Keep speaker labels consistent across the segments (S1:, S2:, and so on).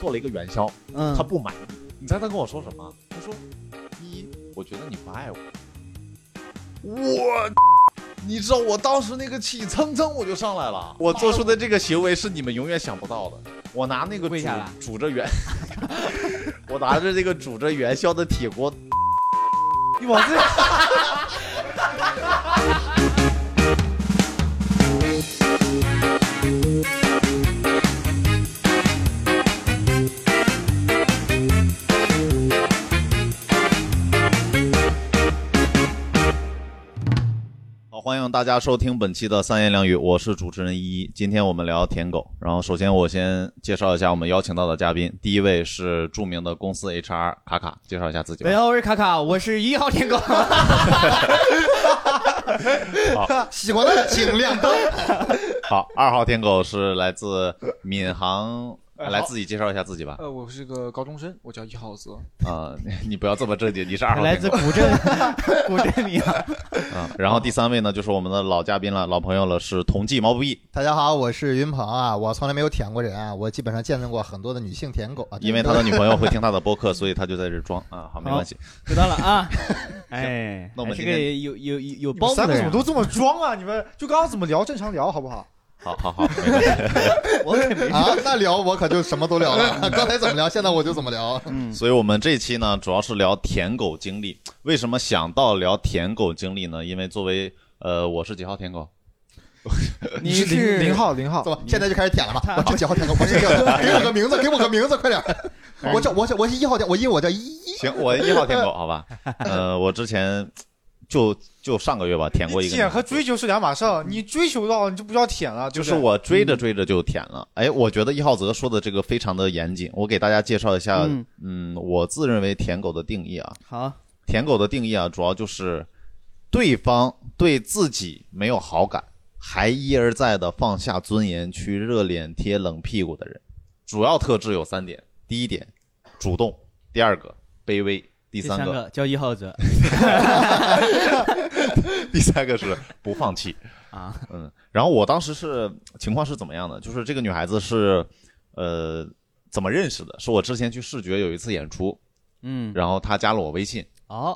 S1: 做了一个元宵，
S2: 嗯，
S1: 他不买。你猜他跟我说什么？他说：“第一，我觉得你不爱我。”我，你知道我当时那个气蹭蹭我就上来了。我做出的这个行为是你们永远想不到的。我拿那个
S2: 跪
S1: 煮
S2: 下来
S1: 煮着元， 我拿着这个煮着元宵的铁锅，你往这。 好，欢迎大家收听本期的三言两语，我是主持人依依。今天我们聊舔狗，然后首先我先介绍一下我们邀请到的嘉宾，第一位是著名的公司 HR 卡卡，介绍一下自己吧
S2: 大。家好，我是卡卡，我是一号舔狗，
S3: 喜欢的请亮灯。
S1: 好，二号舔狗是来自闵行，来自己介绍一下自己吧。
S4: 呃，我是个高中生，我叫一号子。
S1: 啊、你不要这么正经，你 是二号
S2: 来
S1: 舔
S2: 自
S1: 狗
S2: 古镇， 古镇里啊，
S1: 啊、然后第三位呢，就是我们的老嘉宾了，老朋友了，是同济毛不易，
S3: 大家好，我是云鹏啊，我从来没有舔过人啊，我基本上见证过很多的女性舔 狗啊，
S1: 因为他的女朋友会听他的播客，所以他就在这装啊。好，没关系。
S2: 知道了 啊。哎，
S1: 那我们
S2: 还是
S1: 今
S2: 个
S1: 天
S2: 有有有有
S4: 你
S2: 包
S4: 们
S2: 袱
S4: 三
S2: 的
S4: 个怎
S2: 人
S4: 么
S2: 啊，
S4: 都这么装啊？你们就刚刚怎么聊，正常聊好不好？
S1: 好好好，没关系。
S2: 我可没
S3: 啊，那聊我可就什么都聊 了，刚才怎么聊，现在我就怎么聊。
S1: 所以我们这期呢，主要是聊舔狗经历。为什么想到聊舔狗经历呢？因为作为呃，我是几号舔狗？
S2: 你
S4: 是
S2: 是
S4: 零零号零号
S3: 怎，么现在就开始舔了吧？
S2: 他
S3: 我这几号舔狗，我这 个给我个名字，给我个名字，快点儿！我叫我叫我是一号舔，我因为我叫一
S1: 行，我一号舔狗，好吧？呃，我之前就就上个月吧，舔过一
S4: 你
S1: 个
S4: 舔
S1: 女
S4: 和
S1: 生。
S4: 追求是两码事儿，你追求到你就不叫舔了，
S1: 就
S4: 就是
S1: 我追着追着就舔了，哎，我觉得一号泽说的这个非常的严谨，我给大家介绍一下，
S2: 嗯
S1: 嗯，我自认为舔狗的定义啊，
S2: 好，
S1: 舔狗的定义啊，主要就是对方对自己没有好感，还一而再的放下尊严去热脸贴冷屁股的人。主要特质有三点：第一点，主动；第二个，卑微；第
S2: 第
S1: 三
S2: 三
S1: 个，
S2: 个叫一号子
S1: 第三个是不放弃。
S2: 啊，
S1: 嗯，然后我当时是情况是怎么样的？就是这个女孩子是，呃，怎么认识的？是我之前去视觉有一次演出，
S2: 嗯，
S1: 然后她加了我微信，
S2: 哦，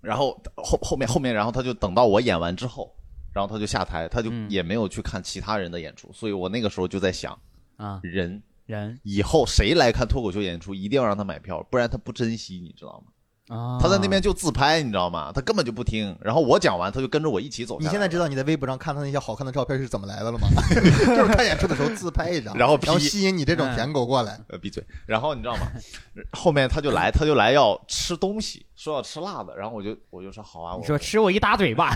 S1: 然后后后面后面，然后他就等到我演完之后，然后他就下台，他就
S2: 嗯
S1: 也没有去看其他人的演出，所以我那个时候就在想，
S2: 啊，
S1: 人
S2: 人
S1: 以后谁来看脱口秀演出，一定要让他买票，不然他不珍惜，你知道吗？
S2: 啊，
S1: 他在那边就自拍，你知道吗？他根本就不听，然后我讲完，他就跟着我一起走
S3: 你
S1: 下来。
S3: 现在知道你在微博上看他那些好看的照片是怎么来的了吗？ 就是看演出的时候自拍一张，
S1: 然后 P
S3: 然后嗯吸引你这种舔狗过来。
S1: 呃，闭嘴。然后你知道吗？后面他就来，他就来要吃东西，说要吃辣的，然后我就我就说好啊，我
S2: 你说吃我一大 嘴巴，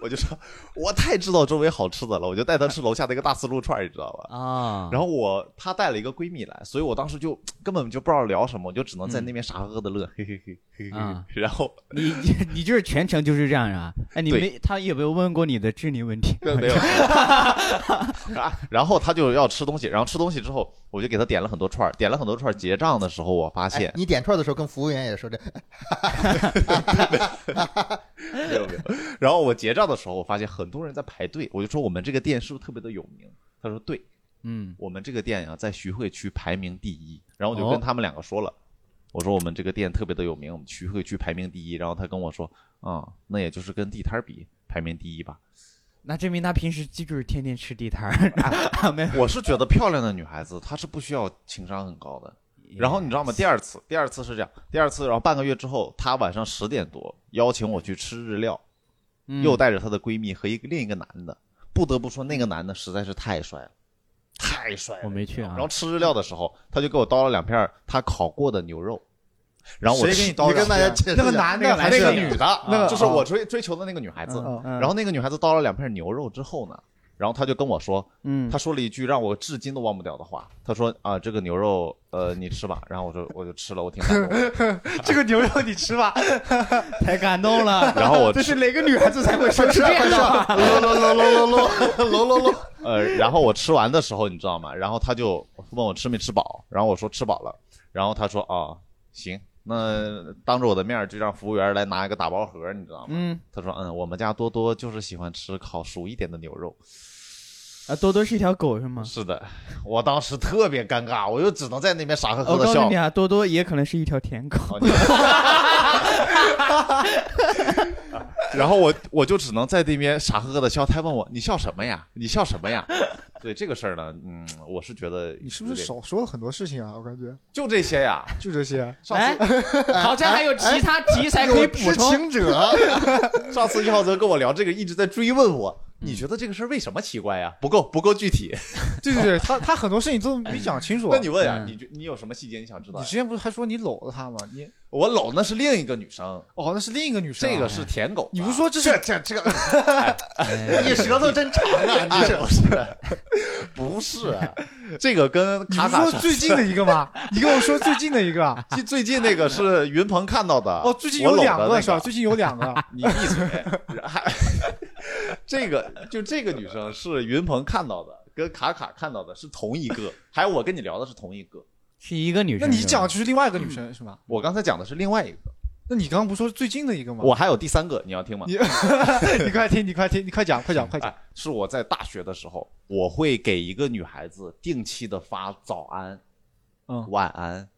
S1: 我就说我太知道周围好吃的了，我就带他吃楼下的一个大四路串儿，你知道吧？
S2: 啊，
S1: 然后我她带了一个闺蜜来，所以我当时就根本就不知道聊什么，我就只能在那边傻呵呵的乐，嘿嘿嘿嘿嘿
S2: 嗯。
S1: 然 后
S2: 你你你就是全程就是这样啊？哎，你
S1: 对
S2: 没他有没有问过你的智力问题？
S1: 没有，啊然后她就要吃东西，然后吃东西之后，我就给她点了很多串儿，点了很多串儿。结账的时候，我发现
S3: 哎你点串的时候跟服务员也 说这，
S1: 没有没有。然后我结账的时候，我发现很多人在排队，我就说我们这个店是不是特别的有名？她说对，
S2: 嗯，
S1: 我们这个店呀、啊在徐汇区排名第一。然后我就
S2: 哦
S1: 跟他们两个说了，我说我们这个店特别的有名，我们徐汇区排名第一。然后他跟我说，啊、那也就是跟地摊儿比排名第一吧。
S2: 那证明他平时就是天天吃地摊 儿， 没有。
S1: 我是觉得漂亮的女孩子她是不需要情商很高的。然后你知道吗？第二次，第二次是这样，第二次，然后半个月之后，她晚上十点多邀请我去吃日料，
S2: 嗯
S1: 又带着她的闺蜜和一个另一个男的。不得不说，那个男的实在是太帅了，太帅了。
S2: 我没去啊
S1: 然后，吃日料的时候，他就给我叨了两片儿他烤过的牛肉，然后我
S4: 谁
S1: 吃
S4: 给你叨啊
S3: 你
S4: 的？
S3: 跟大家解释一下
S4: 那个男
S2: 那
S4: 的
S2: 个
S4: 还
S1: 那
S4: 是
S1: 个女的，
S4: 那个
S1: 就是我追追求的那个女孩子。
S4: 嗯
S2: 嗯
S1: 然后那个女孩子叨了两片牛肉之后呢，然后她就跟我说，
S2: 嗯，
S1: 她说了一句让我至今都忘不掉的话，她说啊、这个牛肉呃你吃吧，然后我就我就吃了，我挺感动。
S4: 这个牛肉你吃吧，
S2: 太感动了。
S1: 然后我
S2: 这是哪个女孩子才会说出
S3: 吃
S2: 这样
S3: 快
S2: 的 话？
S3: 上，喽喽喽喽喽喽喽喽喽。
S1: 呃，然后我吃完的时候，你知道吗？然后他就问我吃没吃饱，然后我说吃饱了，然后他说啊行，那当着我的面儿就让服务员来拿一个打包盒，你知道吗？
S2: 嗯，
S1: 他说：“嗯，我们家多多就是喜欢吃烤熟一点的牛肉。”
S2: 啊，多多是一条狗是吗？
S1: 是的，我当时特别尴尬，我就只能在那边傻呵
S2: 我
S1: 呵的
S2: 告
S1: 笑
S2: 诉你。啊，多多也可能是一条舔狗。
S1: 哦你 然后我我就只能在那边傻呵呵的笑。他问我：“你笑什么呀？你笑什么呀？”对这个事儿呢，嗯，我是觉得
S4: 你是不是
S1: 有点
S4: 少说了很多事情啊？我感觉
S1: 就这些呀？
S4: 就这些。
S2: 哎，好像还有其他题材可以
S3: 有
S2: 补
S3: 知
S2: 充。
S3: 情 者，
S1: 上次一号泽跟我聊这个，一直在追问我，你觉得这个事儿为什么奇怪呀？不够不够具体。
S4: 对对对，他他很多事情都没讲清楚。啊
S1: 那你问呀，
S2: 嗯
S1: 你觉你有什么细节你想知道
S4: 你
S1: 呀？
S4: 之前不是还说你搂了他吗？你
S1: 我搂那是另一个女生，
S4: 哦，那是另一个女生啊。
S1: 这个是舔狗吧。
S4: 你不是说这是
S3: 这这这个，
S2: 哎
S3: 你舌头真长啊！
S1: 哎
S3: 你是
S1: 不是不是啊，这个跟
S4: 你
S1: 卡
S4: 不
S1: 卡
S4: 是说最近的一个吗？你跟我说最近的一个啊。
S1: 最 最近那个是云鹏看到的
S4: 哦，最近
S1: 啊我
S4: 有
S1: 搂的
S4: 两
S1: 那
S4: 个是吧？最近有两个。
S1: 你闭嘴！还这个就这个女生是云鹏看到的，跟卡卡看到的是同一个，还有我跟你聊的是同一个。
S2: 是一个女
S4: 那
S2: 生。
S4: 你
S2: 是吧
S4: 讲的就是另外一个女
S2: 嗯
S4: 生是吗？
S1: 我刚才讲的是另外一个，
S4: 那你刚刚不是说最近的一个吗？
S1: 我还有第三个，你要听吗？
S4: 你 你快听，你快听，你快讲，快讲，快讲。
S1: 哎，是我在大学的时候，我会给一个女孩子定期的发早安、
S4: 嗯，
S1: 晚安，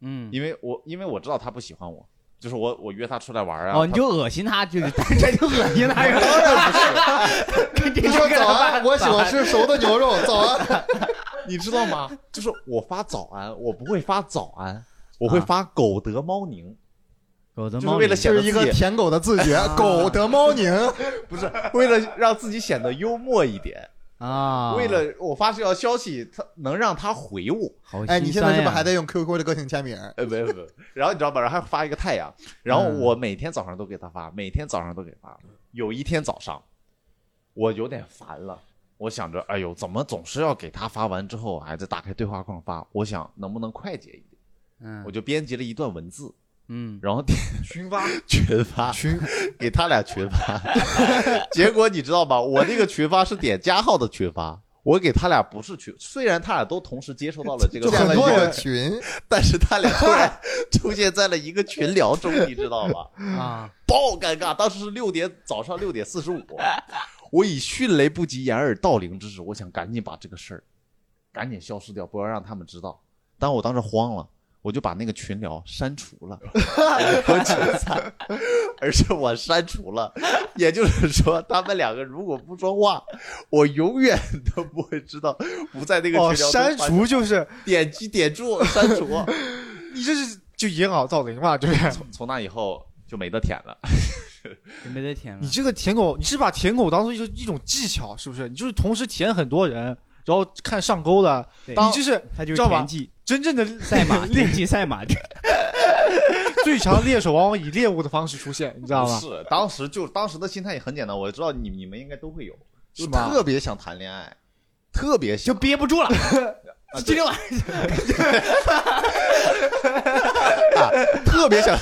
S2: 嗯，
S1: 因为我因为我知道她不喜欢我，就是我我约她出来玩啊，
S2: 哦，你
S1: 她
S2: 就恶心她，就是这就恶心她，然 后肯定
S3: 你
S2: 就
S3: 说
S2: 给
S3: 早
S2: 她
S3: 安，我喜欢吃熟的牛肉。早安，
S1: 你知道吗？ 就是我发早安，我不会发早安，我会发狗得猫宁，
S2: 狗的
S1: 就是
S2: 猫
S1: 为了
S2: 咪
S1: 显
S3: 这
S1: 得
S3: 是一
S1: 自
S3: 个
S1: 己
S3: 舔狗的自 觉，狗得猫宁。
S1: 为了让自己显得幽默一点，
S2: 啊，
S1: 为了我发这条消息，他能让他回我。
S2: 好
S3: 哎，你现在是不是还
S2: 在
S3: 在用 QQ 的个性签名？
S1: 呃，不不嗯不，然后你知道吧？然后还发一个太阳，然后我每天早上都给他发，每天早上都给发。有一天早上，我有点烦了，我想着，哎呦，怎么总是要给他发完之后，还在打开对话框发？我想能不能快捷一点，我
S2: 嗯
S1: 就编辑了一段文字，
S2: 嗯
S1: 然后
S4: 群 发
S1: 群发
S3: 群
S1: 给他俩群发， 结果你知道吧？我那个群发是点加号的群发，我给他俩不是群，虽然他俩都同时接收到了这个
S3: 建
S1: 消
S3: 了一
S1: 息，
S3: 个群，
S1: 但是他俩突然出现在了一个群聊中，你知道吗？
S2: 啊，
S1: 爆尴尬！当时是六点早上六点四十五，我以迅雷不及掩耳盗铃之势，我想赶紧把这个事儿赶紧消失掉，不要让他们知道。但我当时慌了，我就把那个群聊删除了，我解散，而且我删除了，也就是说，他们两个如果不说话，我永远都不会知道不在那个
S4: 哦，
S1: 群聊中发
S4: 删
S1: 生、
S4: 除就是
S1: 点击点住删除。
S4: 你这是就掩耳盗铃嘛，对不对？
S2: 嗯
S1: 从那以后就没得舔了。
S2: 就没得舔了
S4: 你。这个舔狗，你是把舔狗当做一个一种技巧，是不是？你就是同时舔很多人，然后看上钩了，
S2: 对
S4: 你这是
S2: 他就是
S4: 知道吧
S2: 田忌
S4: 真正的
S2: 赛马，
S4: 猎
S2: 田忌赛马，
S4: 最强猎手，往往以猎物的方式出现，你知道吗？
S1: 是，当时就当时的心态也很简单，我知道你你们应该都会有，就是
S4: 吗
S1: 特别想谈恋爱，特别
S2: 就
S1: 想
S2: 憋不住了。
S1: 对
S2: 今天晚
S1: 特别想。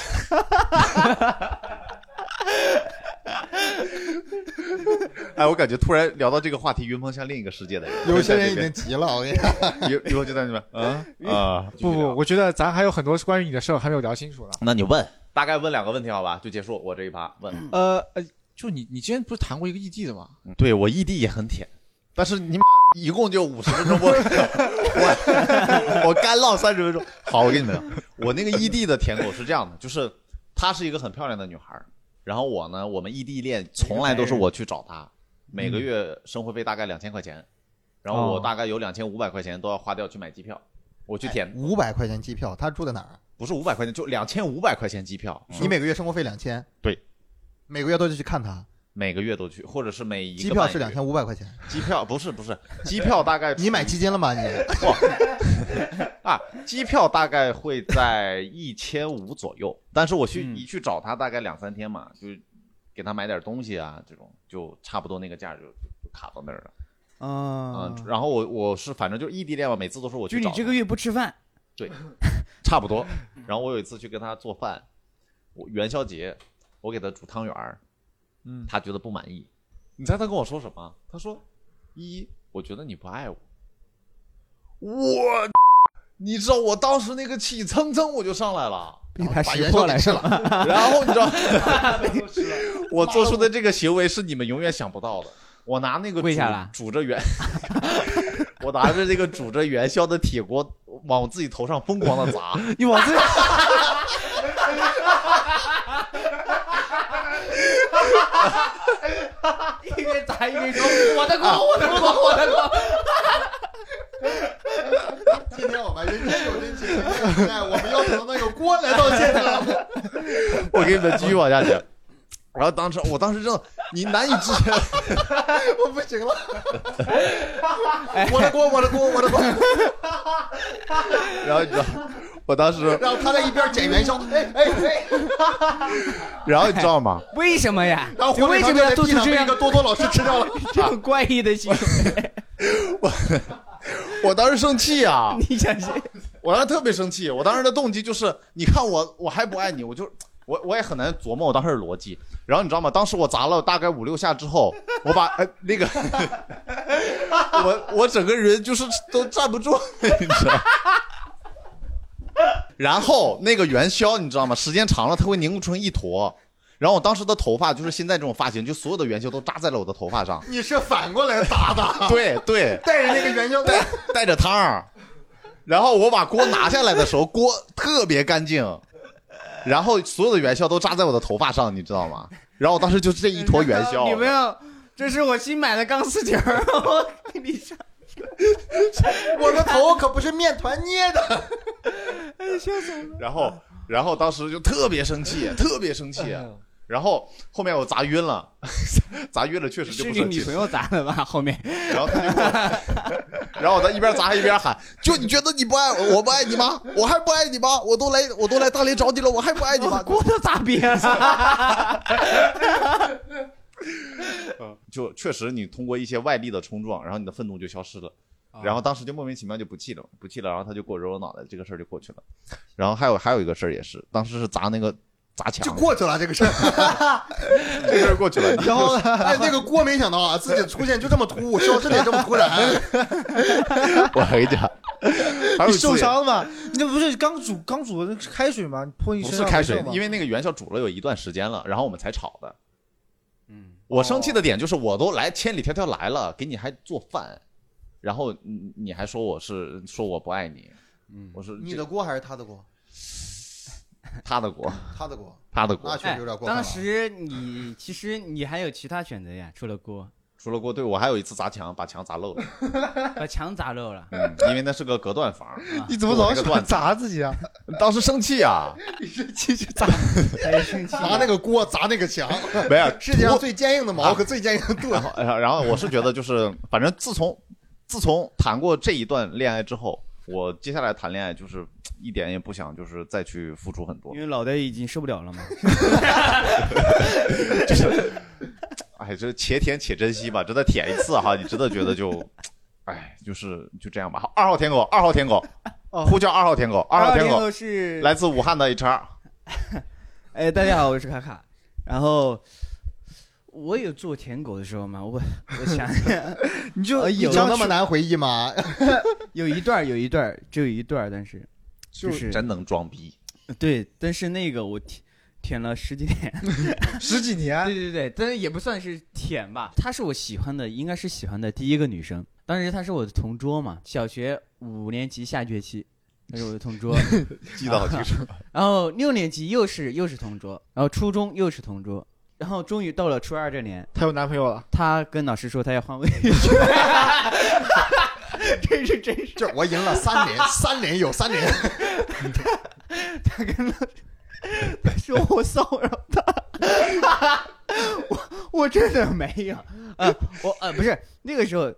S1: 哎，我感觉突然聊到这个话题，云鹏像另一个世界的人。
S3: 有些人已经急了。我跟你讲，
S1: 云云鹏就在那边，嗯啊，
S4: 不不，，我觉得咱还有很多关于你的事儿还没有聊清楚呢。
S1: 那你问，大概问两个问题好吧，就结束我这一趴。
S2: 嗯
S1: 问，
S4: 呃呃，就你你之前不是谈过一个异地的吗？
S1: 对我异地也很舔，但是你一共就五十分 钟，我我我干唠三十分钟。好，我跟你们讲，我那个异地的舔狗是这样的，就是她是一个很漂亮的女孩儿，然后我呢，我们异地恋从来都是我去找她，每个月生活费大概两千块钱，然后我
S4: 哦
S1: 大概有两千五百块钱都要花掉去买机票，我
S3: 哎
S1: 去舔，
S3: 五百块钱机票，他住在哪儿？
S1: 不是五百块钱，就两千五百块钱机票，
S3: 你每个月生活费两千，
S1: 嗯对，
S3: 每个月都得去看他，
S1: 每个月都去，或者是每一个
S3: 机票
S1: 半
S3: 是
S1: 月
S3: 两，千五百块 钱。
S1: 机票不是不是，机票大概
S3: 你买基金了 吗？你
S1: 啊，机票大概会在一千五左右，但是我去、
S2: 嗯
S1: 一去找他大概两三天嘛，就给他买点东西啊，这种就差不多那个价就就就卡到那儿了。
S2: 上啊
S1: 嗯，，然后我我是反正就是异地恋嘛，每次都是我去
S2: 就你
S1: 找
S2: 这
S1: 他
S2: 个月不吃饭，
S1: 差不多。然后我有一次去跟他做饭，我元宵节我给他煮汤圆儿，
S4: 嗯
S1: 他觉得不满意。你猜他跟我说什么？他说：“一，我觉得你不爱我。”我，你知道我当时那个气蹭蹭我就上来了。
S2: 一台
S3: 把
S2: 石
S3: 元
S2: 破
S3: 宵给
S2: 来
S3: 吃
S2: 着。
S3: 了， 哦
S1: 然后你知道，我做出的这个行为是你们永远想不到的。我拿那个
S2: 跪
S1: 煮
S2: 下了
S1: 煮着元， 我拿着这个煮着元宵的铁锅往我自己头上疯狂的 砸，
S4: 你往这，
S2: 一边砸一边说：“我的锅，我的锅，我的锅。
S3: 今天我们人间有真情，人间有真爱，我们邀请到那个锅来到 现场。
S1: 我给你们继续往下讲。然后当时，我当时真的，你难以置信，
S3: 我不行了，
S2: 哎
S3: 我的锅，我的锅，我 的锅，
S1: 然后你知道，我当时，
S3: 然后他在一边捡 元宵，哎哎哎，
S1: 然后你知道吗？”
S2: 为什么呀？
S3: 然后火腿
S2: 为什
S3: 肠
S2: 么
S3: 就
S2: 要
S3: 在
S2: 做
S3: 地
S2: 出
S3: 上
S2: 这
S3: 被一
S2: 样
S3: 个多多老师吃掉了。
S2: 这种怪异的行为？
S1: 我当时生气啊，
S2: 你想谁？
S1: 我当时特别生气，我当时的动机就是，你看我，我还不爱你，我就我我也很难琢磨我当时的逻辑。然后你知道吗？当时我砸了大概五六下之后，我把呃那个，我我整个人就是都站不住，你知道。 然后那个元宵，你知道吗？时间长了，它会凝固成一坨。然后我当时的头发就是现在这种发型，就所有的元宵都扎在了我的头发 上。
S3: 你是反过来打的，
S1: 对对，
S3: 带着那个元宵
S1: 带带着汤儿，然后我把锅拿下来的时候，锅特别干净，然后所有的元宵都扎在我的头发上，你知道吗？然后我当时就是这一坨元宵
S2: 你，们要，这是我新买的钢丝球， 我给你上。
S3: 我的头可不是面团捏的。
S2: 哎，笑死我了！
S1: 然后然后当时就特别生气，特别生
S2: 哎
S1: 气，然后后面我砸晕了，砸晕了确实就是不
S2: 你
S1: 生气
S2: 女
S1: 了
S2: 朋。友砸的吧？后面
S1: 然后他就给我，然后我在一边砸还一边喊：“就你觉得你不爱我，我不爱你吗？我还不爱你吗？我都来，我都来大连找你了，我还不爱你吗？”
S2: 哎锅都砸瘪了。
S1: 就确实你通过一些外力的冲撞，然后你的愤怒就消失了，然后当时就莫名其妙就不气了，不气了，然后他就给我揉揉脑袋，这个事儿就过去了。然后还有还有一个事儿也是，当时是砸那个砸
S3: 就
S1: 墙，
S3: 过去了这个事儿，
S1: 这个事儿过 去了。
S3: 然后哎，那个锅没想到啊，自己出现就这么突兀，消失的也这么突然，
S1: 我跟你讲，还有
S4: 你
S1: 一次
S4: 受伤了吧？你那不是刚煮刚煮的那个开水吗？你泼你
S1: 不
S4: 身
S1: 是
S4: 上
S1: 开水
S4: 没事，吗
S1: 因为那个元宵煮了有一段时间了，然后我们才炒的。
S2: 嗯，
S1: 我生气的点就是我都来千里迢迢来了，给你还做饭，然后你你还说我是说我不爱你，
S2: 嗯
S1: 我说
S3: 你
S1: 这
S3: 的锅还是他的锅？
S1: 他的锅，
S3: 他的锅，
S1: 他的锅
S3: 那，确实有点
S2: 哎
S3: 过分
S2: 当
S3: 了。
S2: 时你其实你还有其他选择呀，除了锅，
S1: 除了锅，对我还有一次砸墙，把墙砸漏了。
S2: 把墙砸 漏了。
S1: 嗯，因为那是个隔断房。
S4: 你怎么老喜欢砸自 己啊？
S1: 当时生气啊，
S2: 哎，生气
S3: 砸那个锅，砸那个墙，
S1: 没有
S3: 世界上最坚硬的矛和最坚硬的盾。
S1: 然后然后我是觉得就是，反正自从自从谈过这一段恋爱之后，我接下来谈恋爱就是一点也不想就是再去付出很多
S2: 因，为脑袋已经受不了了嘛。
S1: 哎，这且舔且珍惜吧，真的舔一次哈，你真的觉得就，哎，就是就这样吧。好二号舔狗，二号舔狗，
S4: 哦
S1: 呼叫二号舔狗，二号舔狗，
S2: 是
S1: 啊来自武汉的 HR，
S2: 哎，大家好，我是卡卡。然后我有做舔狗的时候吗？我我想
S4: 你就
S2: 哎
S4: 你
S2: 呦
S3: 有
S4: 这样
S3: 那么
S4: 去
S3: 难回忆吗？
S2: 有一段儿，有一段儿，只有一段儿，但是就是
S1: 真能装逼。
S2: 对，但是那个我舔舔了十几天。
S4: 十几 年
S2: 对对对，但是也不算是舔吧。她是我喜欢的，应该是喜欢的第一个女生。当时她是我的同桌嘛，小学五年级下学期，她是我的同 桌。
S1: 记得好 清楚，
S2: 然后六年级又是又是同桌，然后初中又是同桌，然后终于到了初二这年，
S4: 她有男朋友了，
S2: 她跟老师说她要换位置，这是真 是，
S3: 这我赢了三连， 三连有三连。
S2: 她跟老师她说我骚扰她，我我真的没有，呃，我呃不是那个时候，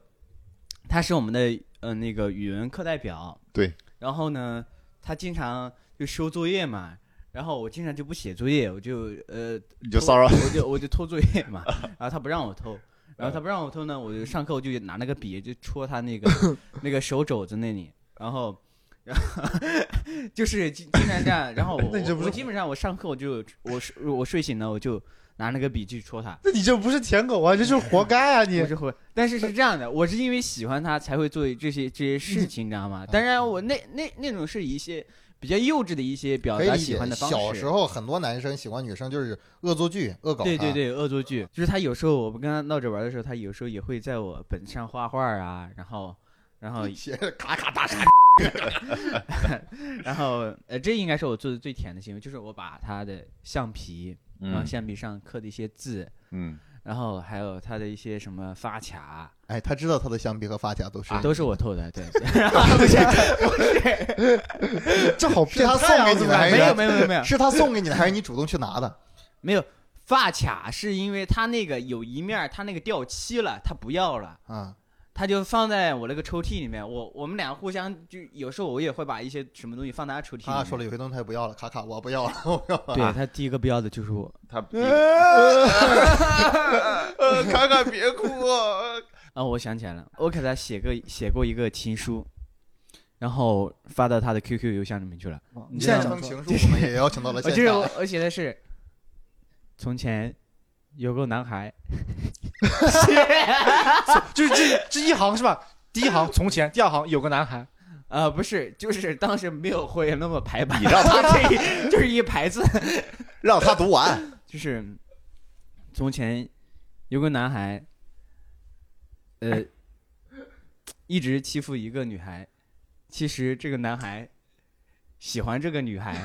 S2: 她是我们的呃那个语文课代表，
S1: 对，
S2: 然后呢，她经常就收作业嘛。然后我经常就不写作业，我就呃
S1: 你就骚扰，
S2: 我就我就偷作业 嘛，然后他不让我偷，然后他不让我偷呢，我就上课我就拿那个笔就戳他那个 那个手肘子那里，然后然后 就是经经常这样，然后 我
S4: 那你这不
S2: 我
S4: 是
S2: 我基本上我上课我就我睡我睡醒了我就拿那个笔去戳他，
S4: 那你这不是舔狗啊，这就是活该啊
S2: 我
S4: 你！
S2: 就会，但是是这样的，我是因为喜欢他才会做这些这些事情，你知道吗？当然我那那那种是一些比较幼稚的一些表
S3: 可以
S2: 达
S3: 理
S2: 喜
S3: 解
S2: 欢的。方式。
S3: 小时候很多男生喜欢女生就是恶作剧、恶搞她。
S2: 对对对，恶作剧，就是他有时候我们跟他闹着玩的时候，他有时候也会在我本上画画啊，然后，然后，
S3: 写着咔咔大傻。
S2: 然后，呃，这应该是我做的最甜的行为，就是我把他的橡皮，然后
S1: 嗯
S2: 橡皮上刻的一些字，
S1: 嗯，
S2: 然后还有他的一些什么发卡， 啊
S3: 哎，他知道他的橡皮和发卡都是
S2: 都是我偷的，对，
S4: 这好
S3: 是
S4: 变
S3: 他
S4: 态啊！怎
S3: 送给你
S4: 么
S3: 的还
S4: 来
S2: 没有
S3: 是
S2: 没有没有没 有
S3: 是他送给你的还是你主动去拿的？
S2: 没有。发卡是因为他那个有一面儿，他那个掉漆了，他不要了，
S3: 啊，
S2: 他就放在我那个抽屉里面。我我们俩互相就有时候我也会把一些什么东西放在他抽屉里面。
S3: 他说了有些东西他也不要了，卡卡我不要了，我不要了。
S2: 对他第一个不啊要的就是我。
S1: 他
S4: 嗯
S1: 比
S3: 呃，卡卡别哭啊！
S2: 啊，我想起来了，我给他写个写过一个情书，然后发到他的 QQ 邮箱里面去了。
S4: 嗯
S3: 你
S2: 你
S3: 现
S2: 现
S3: 在
S2: 在
S3: 封情书，我们也邀 请到了
S2: 我
S3: 现
S2: 哎这是
S3: 场
S2: 我。我写的是，从前有个男孩，
S4: 就是嗯这这一行是吧？第一行从前，第二行有个男孩，
S2: 啊，不是，就是当时没有会那么排版，
S1: 你让他
S2: 这一就是一排字，
S1: 让他读完，
S2: 就是从前有个男孩，呃，一直欺负一个女孩，其实这个男孩喜欢这个女孩。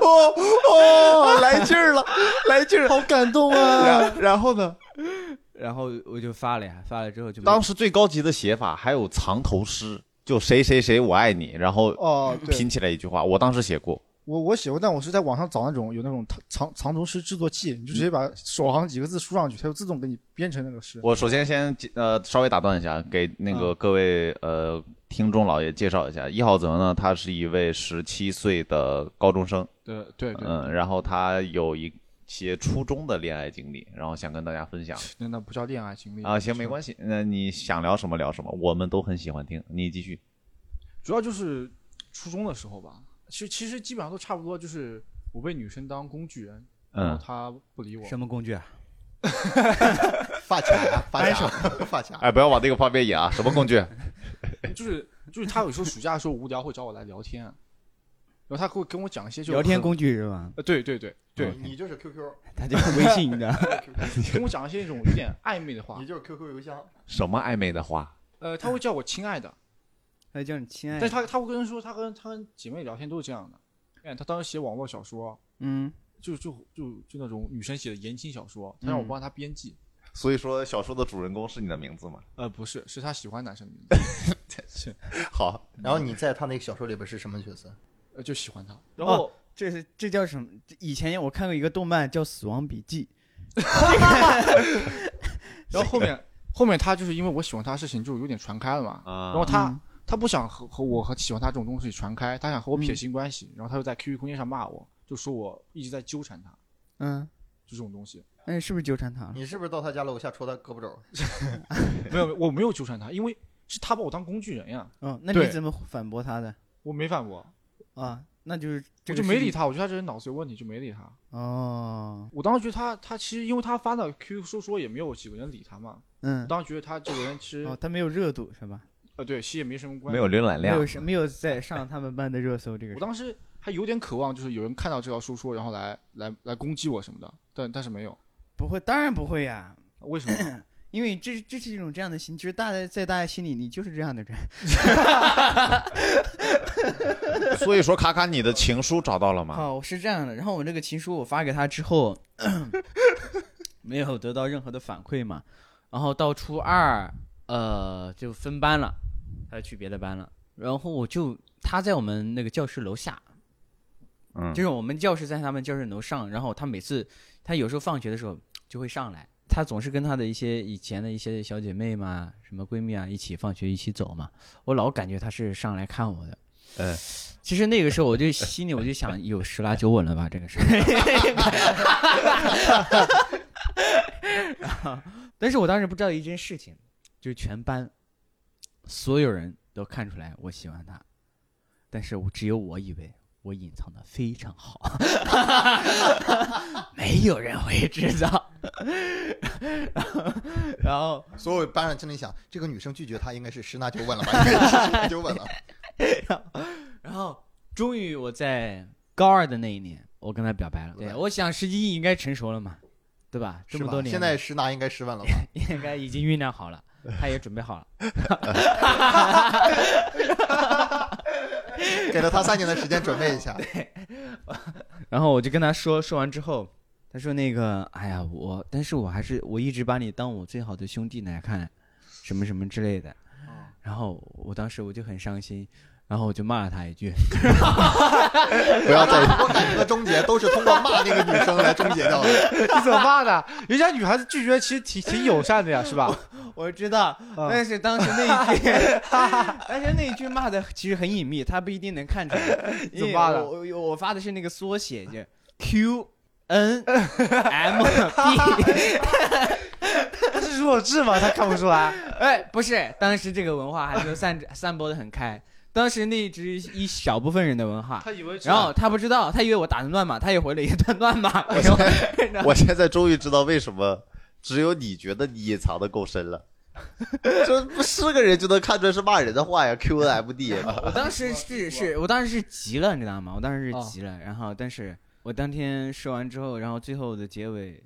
S1: 哦哦，来劲儿了，来劲儿了。
S4: 好感动啊！
S1: 然然后呢？
S2: 然后我就发了呀，发了之后就没
S1: 当时最高级的写法还有藏头诗，就谁谁谁我爱你，然后
S4: 哦，对，
S1: 拼起来一句话。我当时写过，
S4: 我我写过，但我是在网上找那种有那种藏藏藏头诗制作器，你就直接把首行几个字输上去，它就自动给你编成那个诗。
S1: 我首先先呃稍微打断一下，给那
S4: 嗯
S1: 个各位呃听众老爷介绍一下，一号泽呢，他是一位十七岁的高中生，
S4: 对对
S1: 嗯，然后他有一些初中的恋爱经历，然后想跟大家分享
S4: 那那不叫恋爱经历
S1: 啊。行，没关系，那你想聊什么聊什么，我们都很喜欢听。你继续，
S4: 主要就是初中的时候吧，其实其实基本上都差不多，就是我被女生当工具人，然
S1: 嗯
S2: 哦
S4: 后，她不理我。
S2: 什么工具啊？
S3: 发卡呀，发卡，发卡。
S1: 哎，不要往这个方面引啊，什么工 具？
S4: 哎就是就是她有时候暑假的时候无聊会找我来聊天，然后她会跟我讲一些就
S2: 聊天
S4: 很
S2: 工具是吧？
S4: 呃对对对对，
S3: 你就是 QQ，
S2: 他就是微信 的，
S4: 跟我讲一些那种有点暧昧的话
S2: 嗯
S3: 你，就是 QQ 邮箱。
S1: 什么暧昧的话？
S4: 呃，她会叫我亲爱的，
S2: 他叫你亲爱
S4: 但
S2: 的
S4: 是。她她会跟人说她跟她跟姐妹聊天都是这样的，哎，她当时写网络小说，
S2: 嗯，
S4: 就就就就那种女生写的言情小说，她让
S2: 嗯
S4: 我帮她编辑，
S1: 所以说，小说的主人公是你的名字吗？
S4: 呃不是，是她喜欢男生的名 字，是
S1: 好，
S3: 然后你在他那个小说里边是什么角色？
S4: 呃就喜欢她，然后。
S2: 哦这是这叫什么？以前我看过一个动漫叫《死亡笔记
S4: 然后后面后面他就是因为我喜欢他的事情就有点传开了嘛，
S1: 啊
S4: 然后他、
S2: 嗯
S4: 他不想和和我和喜欢他这种东西传开，他想和我
S2: 嗯
S4: 撇清关系，然后他就在 QQ 空间上骂我，就说我一直在纠缠他，》。
S2: 嗯，
S4: 就这种东西。
S2: 那你是不是纠缠他了？
S3: 你是不是到他家楼下戳他胳膊肘？
S4: 没有，我没有纠缠他，因为是他把我当工具人呀，
S2: 嗯，那
S4: 对
S2: 你怎么反驳他的？
S4: 我没反驳，
S2: 啊，那就是
S4: 我
S2: 这个
S4: 就没
S2: 事
S4: 理
S2: 情
S4: 他，我觉得他这人脑子有问题，就没理他。
S2: 哦，
S4: 我当时觉得他他其实因为他发的 QQ 说说也没有几个人理他嘛，我
S2: 嗯，
S4: 当时觉得他这个人其实、
S2: 哦，他没有热度是吧？
S4: 呃对，其实也没什么关
S1: 没有浏览
S2: 没
S1: 量
S2: 有，是没有在上他们班的热搜这个
S4: 我
S2: 事。
S4: 当时还有点渴望，就是有人看到这条说说，然后来来来攻击我什么的，但但是没有，
S2: 不会，当然不会呀、
S4: 为什么？
S2: 因为这这是一种这样的心，就是大家在大家心里，你就是这样的人。
S1: 所以说卡卡，你的情书找到了吗？
S2: 哦，是这样的。然后我这个情书我发给他 之后，没有得到任何的反馈嘛。然后到初二，呃，就分班了，他就去别的班了。然后我就他在我们那个教室楼下，
S1: 嗯
S2: 就是我们教室在他们教室楼上。然后他每次他有时候放学的时候就会上来，他总是跟他的一些以前的一些小姐妹嘛、什么闺蜜啊一起放学一起走嘛。我老感觉他是上来看我的。
S1: 嗯，
S2: 其实那个时候我就心里我就想，有十拿九稳了吧，这个事儿。 然后但是我当时不知道一件事情，就是全班所有人都看出来我喜欢他，但是我只有我以为我隐藏的非常好， 没有人会知道。 然后，
S3: 所有班上心里想，这个女生拒绝他应该是十拿九稳了吧？应该是十拿九稳了。
S2: 然后，终于我在高二的那一年，我跟他表白了。对，我想时机应该成熟了嘛，对吧？ 这
S3: 是
S2: 么
S3: 吧
S2: 多年
S3: 现
S2: 了，
S3: 在十拿应该十稳了吧？
S2: 应该已经酝酿好了，他也准备好了。
S3: 给了他三年的时间准备一 下。
S2: 然后我就跟他说，说完之后，他说那个，哎呀，我，但是我还是我一直把你当我最好的兄弟来看，什么什么之类的。 然后我当时我就很伤心，然后我就骂了他一句，
S1: 不要再
S3: 我感觉的终结都是通过骂那个女生来终结掉的。
S5: 你怎么骂的？人家女孩子拒绝其实挺挺友善的呀，是吧？
S2: 我知道，
S5: 嗯
S2: 但是当时 那一句，但是那一句骂的其实很隐秘，他不一定能 看出来。因为
S5: 怎么骂的
S2: 我我我发的是那个缩写，就 Q N M B。
S5: 他是弱智吗？他看不出来。
S2: 哎，不是，当时这个文化还没有散散播的很开，当时那只一小部分人的文化。
S5: 他以为
S2: 然后他不知道，他以为我打的乱码，他也回了一段 乱码给我。 然后
S1: 我现在终于知道为什么只有你觉得你隐藏的够深了， 这不是个人就能看出来是骂人的话呀，Q N M D。啊
S2: 我当时是是我当时是急了，你知道吗？我当时是急了，然后但是我当天说完之后，然后最后的结尾。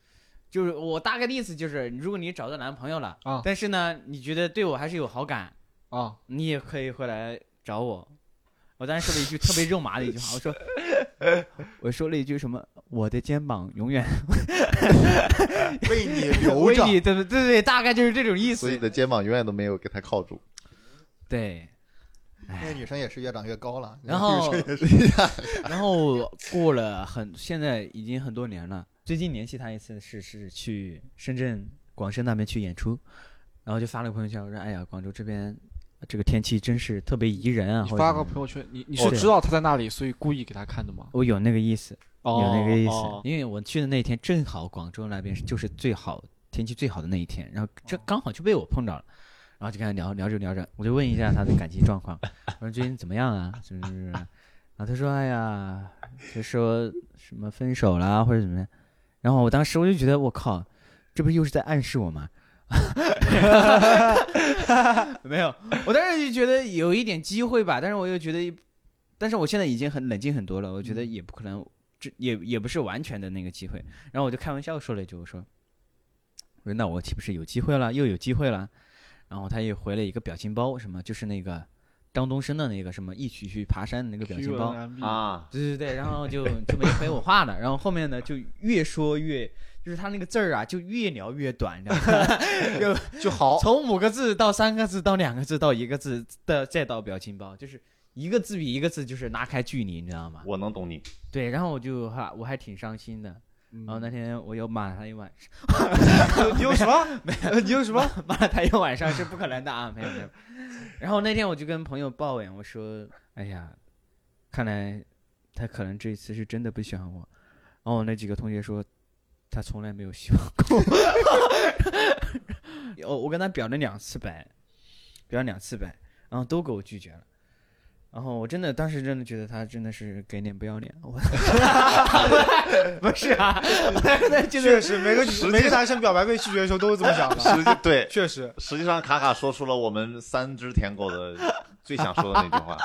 S2: 就是我大概的意思就是，如果你找到男朋友了，
S5: 啊
S2: 但是呢，你觉得对我还是有好感，
S5: 啊，
S2: 你也可以回来找我。我当时说了一句特别肉麻的一句话，我说，我说了一句什么，我的肩膀永远
S3: 为你留
S2: 为
S3: 着，
S2: 你，对对对对，大概就是这种意
S1: 所以你
S2: 思。
S1: 的肩膀永远都没有给他靠住，
S2: 对，
S3: 那个女生也是越长越高了。
S2: 然后， 然后过了很，现在已经很多年了。最近联系他一次是是去深圳、广深那边去演出，然后就发了个朋友圈，我说：“哎呀，广州这边这个天气真是特别宜人啊。”
S5: 你
S2: 或者
S5: 发
S2: 什
S5: 个
S2: 么的
S5: 朋友圈，你你
S2: 哦
S5: 是
S2: 对
S5: 知道他在那里，所以故意给他看的吗？
S2: 我有那个意思，
S5: 哦，
S2: 有那个意思，
S5: 哦
S2: 因为我去的那天正好广州那边是就是最好天气最好的那一天，然后这刚好就被我碰到了，然后就跟他聊聊着聊着，我就问一下他的感情状况，我说最近怎么样啊？什么什么什么，然后他说哎呀，就说什么分手啦或者怎么样，然后我当时我就觉得我靠，这不又是在暗示我吗？ 没有，我当时就觉得有一点机会吧，但是我又觉得，但是我现在已经很冷静很多了，我觉得也不可能，这也也不是完全的那个机会。然后我就开玩笑说了一句，我说，我说那我岂不是有机会了，又有机会了？然后他又回了一个表情包，什么就是那个张东升的那个什么一起去爬山的那个表情包，
S5: 啊，
S1: 啊！
S2: 对对对，然后就就没回我话了。然后后面呢，就越说越，就是他那个字儿啊，就越聊越短，你知道吗
S3: 就好，
S2: 从五个字到三个字，到两个字，到一个字，到再到表情包，就是一个字比一个字就是拉开距离，你知道吗？
S1: 我能懂 你，
S2: 对，然后我就还我还挺伤心的。然后那天我又骂了他一晚上，
S5: 嗯你有什么？呃你有 什么？
S2: 骂了他一晚上是不可能的啊，没有没有。然后那天我就跟朋友抱怨，我说：“哎呀，看来他可能这一次是真的不喜欢我。”然后我那几个同学说，他从来没有喜欢过 我。我我跟他表了两次白，表了两次白，然后都给我拒绝了。然后我真的当时真的觉得他真的是给脸不要脸，我 不是啊，我当时觉得
S5: 确实，每个女每个男生表白被拒绝的时候都是这么想的。
S1: 实际对，
S5: 确实，
S1: 实际上卡卡说出了我们三只舔狗的最想说的那句话。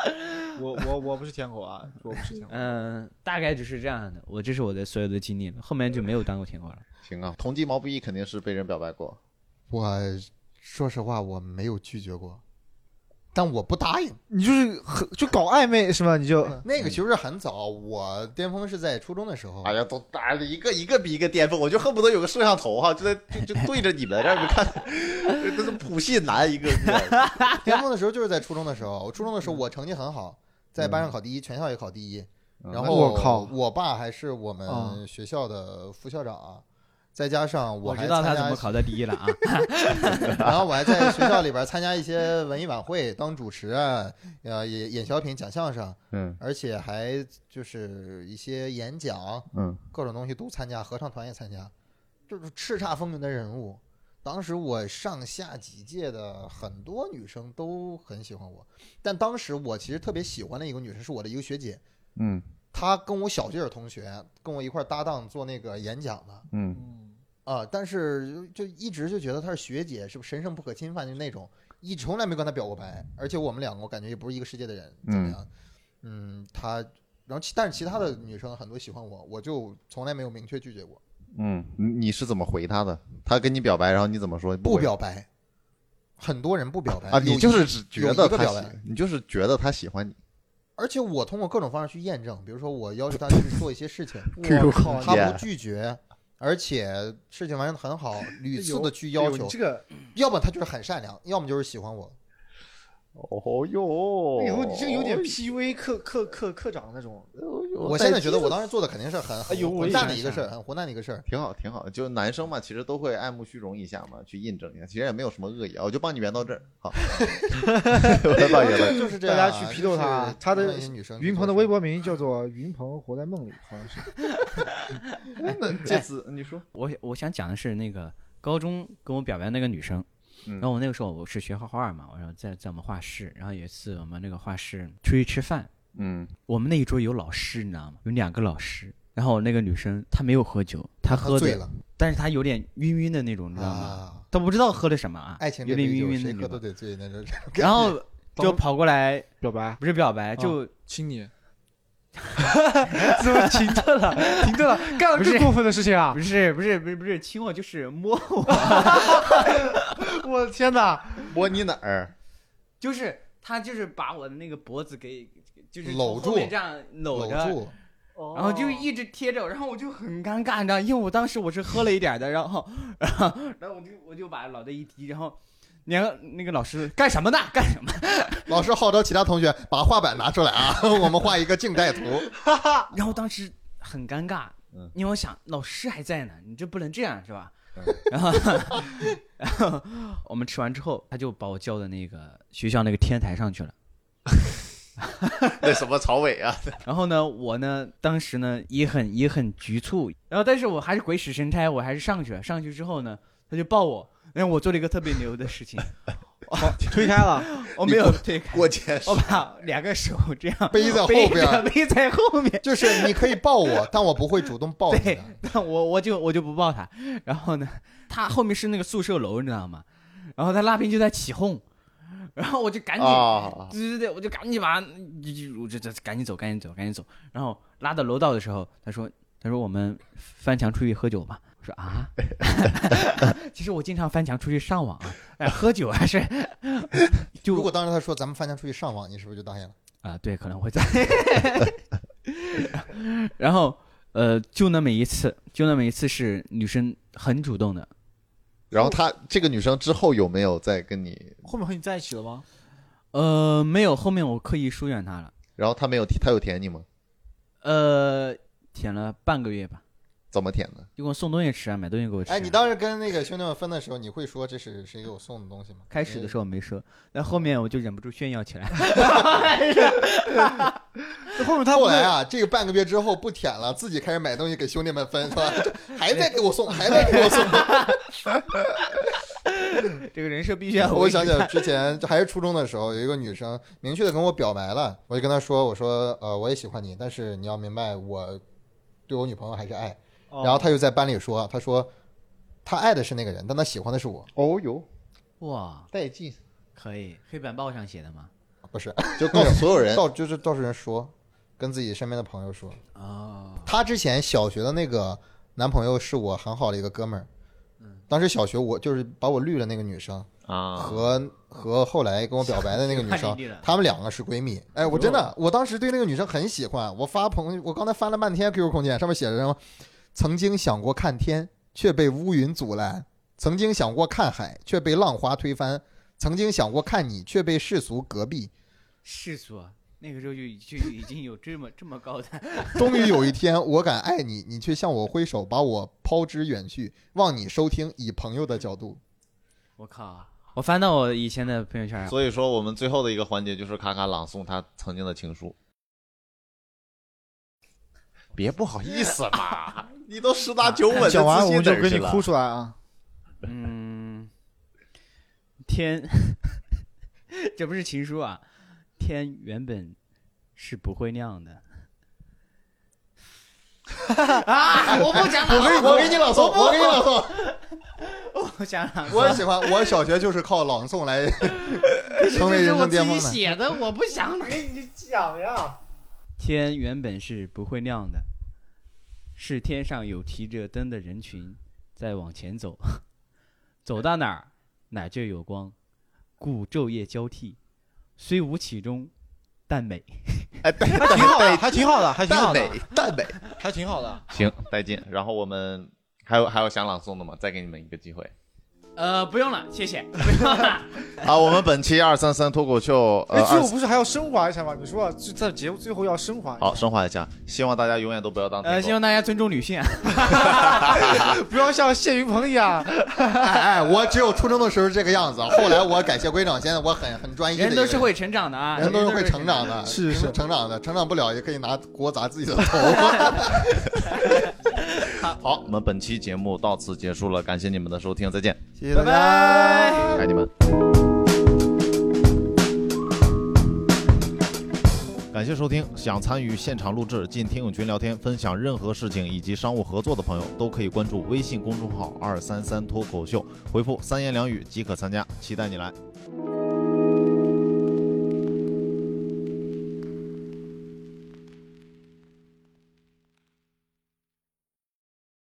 S5: 我我我不是舔狗啊，我不是舔狗。
S2: 嗯、大概就是这样的。我这是我的所有的经历了，后面就没有当过舔狗了。
S1: 行啊，同鸡毛不易肯定是被人表白过，
S3: 我说实话，我没有拒绝过，但我不答应。
S4: 你就是很就搞暧昧是吧？你就
S2: 嗯
S3: 那个其实很早，我巅峰是在初中的时候。
S1: 哎呀，都打的一个一个比一个巅峰，我就恨不得有个摄像头哈，就在就就对着你们，让你们看， 这是普信男一个个。
S3: 巅峰的时候就是在初中的时候，我初中的时候
S2: 嗯
S3: 我成绩很好，在班上考第一，全校也考第一。
S2: 嗯哎
S3: 然后
S4: 我靠
S3: 我爸还是我
S4: 啊
S3: 们学校的副校长，再加上
S2: 我
S3: 还
S2: 知道他
S3: 参
S2: 怎
S3: 加
S2: 么考到第一了啊！
S3: 然后我还在学校里边参加一些文艺晚会，当主持啊，呃，演演小品、讲相声，
S1: 嗯
S3: 而且还就是一些演讲，
S1: 嗯，
S3: 各种东西都参加，合唱团也参加，就是叱咤风云的人物。当时我上下几届的很多女生都很喜欢我，但当时我其实特别喜欢的一个女生是我的一个学姐，
S1: 嗯
S3: 他跟我小学同学，跟我一块儿搭档做那个演讲的
S1: 嗯
S5: 嗯，
S3: 啊，但是就就一直就觉得她是学姐，是不是神圣不可侵犯就那种，一从来没跟她表过白，而且我们两个我感觉也不是一个世界的人，怎么样？嗯，她，然后其但是其他的女生很多喜欢我，我就从来没有明确拒绝过，
S1: 嗯，你你是怎么回他的？他跟你表白，然后你怎么说？
S3: 不
S1: 回
S3: 表白，很多人不表白。
S1: 啊？你就是是只觉
S3: 有
S1: 得
S3: 一个
S1: 他
S3: 表
S1: 喜
S3: 白，
S1: 你就是觉得他喜欢你。
S3: 而且我通过各种方式去验证，比如说我要求他去做一些事 情，
S4: 我靠，
S1: 你
S3: 他不拒绝，而且事情完成的很好，屡次的去要
S4: 哎呦
S3: 求
S4: 你，这个，
S3: 要么他就是很善良，要么就是喜欢我。
S1: 哦哟
S4: 哎呦，你这个有
S2: 哦
S4: 点 PUA 课课课课长那种，
S3: 我现在觉得我当时做的肯定是很
S4: 哎呦
S3: 很
S4: 我
S3: 混
S4: 也
S3: 蛋
S4: 想
S3: 的一个
S4: 想
S3: 事儿，很混蛋的一个事儿。
S1: 挺好，挺好。就男生嘛，其实都会爱慕虚荣一下嘛，去印证一下，其实也没有什么恶意啊。我就帮你圆到这儿，好， 我再帮你圆到这儿。
S3: 就是这
S4: 大
S3: 样
S4: 家
S3: 啊，
S4: 去批
S3: 就
S4: 斗
S3: 是
S4: 他他的
S3: 那些女生，
S4: 云鹏的微，博名叫做“云鹏活在梦里”，好像是。
S1: 哎 那借此你说，
S2: 我我想讲的是那个高中跟我表白那个女生，
S1: 嗯
S2: 然后我那个时候我是学画画嘛，然后在在我们画室，然后有一次我们那个画室出去吃饭，
S1: 嗯，
S2: 我们那一桌有老师，你知道吗？有两个老师，然后那个女生她没有喝酒，她
S3: 他
S2: 喝
S3: 醉
S2: 的，
S3: 了
S2: 但是她有点晕晕的那种，你知道吗？
S3: 啊！
S2: 她不知道喝的什么啊，
S3: 爱情
S2: 有
S3: 这
S2: 点
S3: 杯
S2: 晕
S3: 酒，
S2: 晕的
S3: 谁
S2: 那
S3: 喝都
S2: 种，
S3: 得醉那 种。
S2: 然 后就跑过来，
S5: 表白，
S2: 不是表
S3: 嗯
S2: 白，就
S5: 亲你，
S2: 怎么停顿 了？停顿了，
S5: 干了
S2: 不是
S5: 更过分的事情啊！
S2: 不是不是不是不是亲我，就是摸 我，
S5: 我的天哪，
S1: 摸你哪儿？
S2: 就是他就是把我的那个脖子给就是
S3: 搂
S2: 从后面
S3: 住
S2: 这样
S3: 搂
S2: 搂着，
S3: 住，
S2: 然后就一直贴着我，然后我就很尴尬，你知道，因为我当时我是喝了一点儿的，然后然后然后我就我就把脑袋一低，然后。然后那个老师干什么呢？干什么？
S3: 老师号召其他同学把画板拿出来啊， 我们画一个静态图。
S2: 然后当时很尴尬
S1: 嗯，
S2: 因为我想老师还在呢，你这不能这样是吧
S1: 嗯？
S2: 然后，然后我们吃完之后，他就把我叫到那个学校那个天台上去了。
S1: 那什么曹伟啊？
S2: 然后呢，我呢，当时呢也很也很局促，然后但是我还是鬼使神差，我还是上去了。上去之后呢，他就抱我，然后我做了一个特别牛的事情，
S5: 推开 了，
S2: 我没有 推开，
S1: 过肩
S2: 我把两个手这样
S3: 背在后
S2: 背
S3: 边
S2: 着 背在后面，
S3: 就是你可以抱我，但我不会主动抱你
S2: 对
S3: 的。
S2: 那我我就我就不抱他。然后呢，他后面是那个宿舍楼，你知道吗？然后他那边就在起哄，然后我就赶紧
S1: 啊！
S2: 对对对，我就赶紧把，就就我这这赶紧走，赶紧走，赶紧走。然后拉到楼道的时候，他说他说我们翻墙出去喝酒吧。我说啊， 其实我经常翻墙出去上网啊，哎，喝酒还是就
S3: 如果当时他说咱们翻墙出去上网，你是不是就答应了？
S2: 啊、对，可能会在。 然后呃，就那么一次，就那么一次是女生很主动的，
S1: 然后他这个女生之后有没有再跟你？
S5: 后面和你在一起了吗？
S2: 呃，没有后面我刻意疏远她了，
S1: 然后他没有舔，他有舔你吗？
S2: 呃，舔了半个月吧，
S1: 怎么舔的？
S2: 就给我送东西吃啊，买东西给我吃啊、
S3: 哎，你当时跟那个兄弟们分的时候，你会说这是谁给我送的东西吗？
S2: 开始的
S3: 候，
S2: 时候没说，但后面我就忍不住炫耀起 来。
S5: 后面他
S3: 后来啊，这个半个月之后不舔了，自己开始买东西给兄弟们分，是吧？还在给我送，还在给我送。
S2: 这个人设必须要
S3: 我想起来 之前就还是初中的时候，有一个女生明确的跟我表白了，我就跟她说，我说呃我也喜欢你，但是你要明白我对我女朋友还是爱。
S5: 哦
S3: 然后她就在班里说，她说她爱的是那个人，但她喜欢的是我，
S1: 哦哟，
S2: 哇，
S1: 带劲！
S2: 可以，黑板报上写的吗？
S3: 不是
S1: 就告诉所有人，
S3: 到就是到处人说，跟自己身边的朋友说。
S2: 哦，
S3: 她之前小学的那个男朋友是我很好的一个哥们儿，当时小学我就是把我绿了那个女生
S1: 啊，
S3: 和和后来跟我表白的那个女
S2: 把
S3: 生
S2: 你绿了，
S3: 她们两个是闺蜜。哎，我真的，我当时对那个女生很喜欢，我发朋友，我刚才翻了半天 QQ 空间，上面写着什么？曾经想过看天，却被乌云阻拦；曾经想过看海，却被浪花推翻；曾经想过看你，却被世俗隔壁。
S2: 世俗啊，那个时候就已就已经有这么这么高的，
S3: 终于有一天，我敢爱你，你却向我挥手，把我抛之远去。望你收听，以朋友的角度，
S2: 我靠！我翻到我以前的朋友圈啊，
S1: 所以说我们最后的一个环节就是卡卡朗诵他曾经的情书。别不好意思嘛， 你都十拿九稳的
S4: 讲完
S1: 自
S4: 我
S1: 信
S4: 们就
S1: 人
S4: 给
S1: 士
S4: 你
S1: 了
S4: 哭出来啊！
S2: 嗯，天， 这不是情书啊，天原本是不会亮的，啊！我不讲了，
S3: 我给你，我给你朗诵，我给你朗诵。
S2: 我想了，
S3: 我也喜欢，我小学就是靠朗诵 来成为人生巅峰
S2: 这是我自己。
S3: 的
S2: 写的，我不想了。
S5: 你讲呀，
S2: 天原本是不会亮的，是天上有提着灯的人群在往前走， 走到哪儿哪儿就有光，故昼夜交替，虽无其中，但美。
S1: 哎， 带
S5: 还挺好的，还挺好的，还挺好
S1: 蛋
S5: 的，
S1: 美蛋美，
S5: 还挺好的。
S1: 行，带劲。然后我们还有还有想朗诵的吗？再给你们一个机会。
S2: 呃，不用了，谢谢。不用了。
S1: 好，我们本期二三三脱口秀，
S4: 哎
S1: 呃，，
S4: 最
S1: 二
S4: 后不是还要升华一下吗？你说啊就在节目最后要升华一下，
S1: 好升华一下，希望大家永远都不要当舔
S2: 呃，
S1: 狗
S2: 希望大家尊重女性啊。啊
S4: 不要像谢云鹏一样。
S3: 哎哎，我只有初中的时候是这个样子，后来我改邪归正，现在我很很专一的一
S2: 人
S3: 个
S2: 都是会成长的啊，
S3: 人都是会成长的，
S4: 是是
S3: 人都成长的，成长不了也可以拿锅砸自己的头。
S1: 好，我们本期节目到此结束了，感谢你们的收听，再见，
S3: 谢谢大家。
S2: 拜。
S1: 爱你们。感谢收听，想参与现场录制、进听友群聊天、分享任何事情以及商务合作的朋友，都可以关注微信公众号“二三三脱口秀”，回复“三言两语”即可参加，期待你来。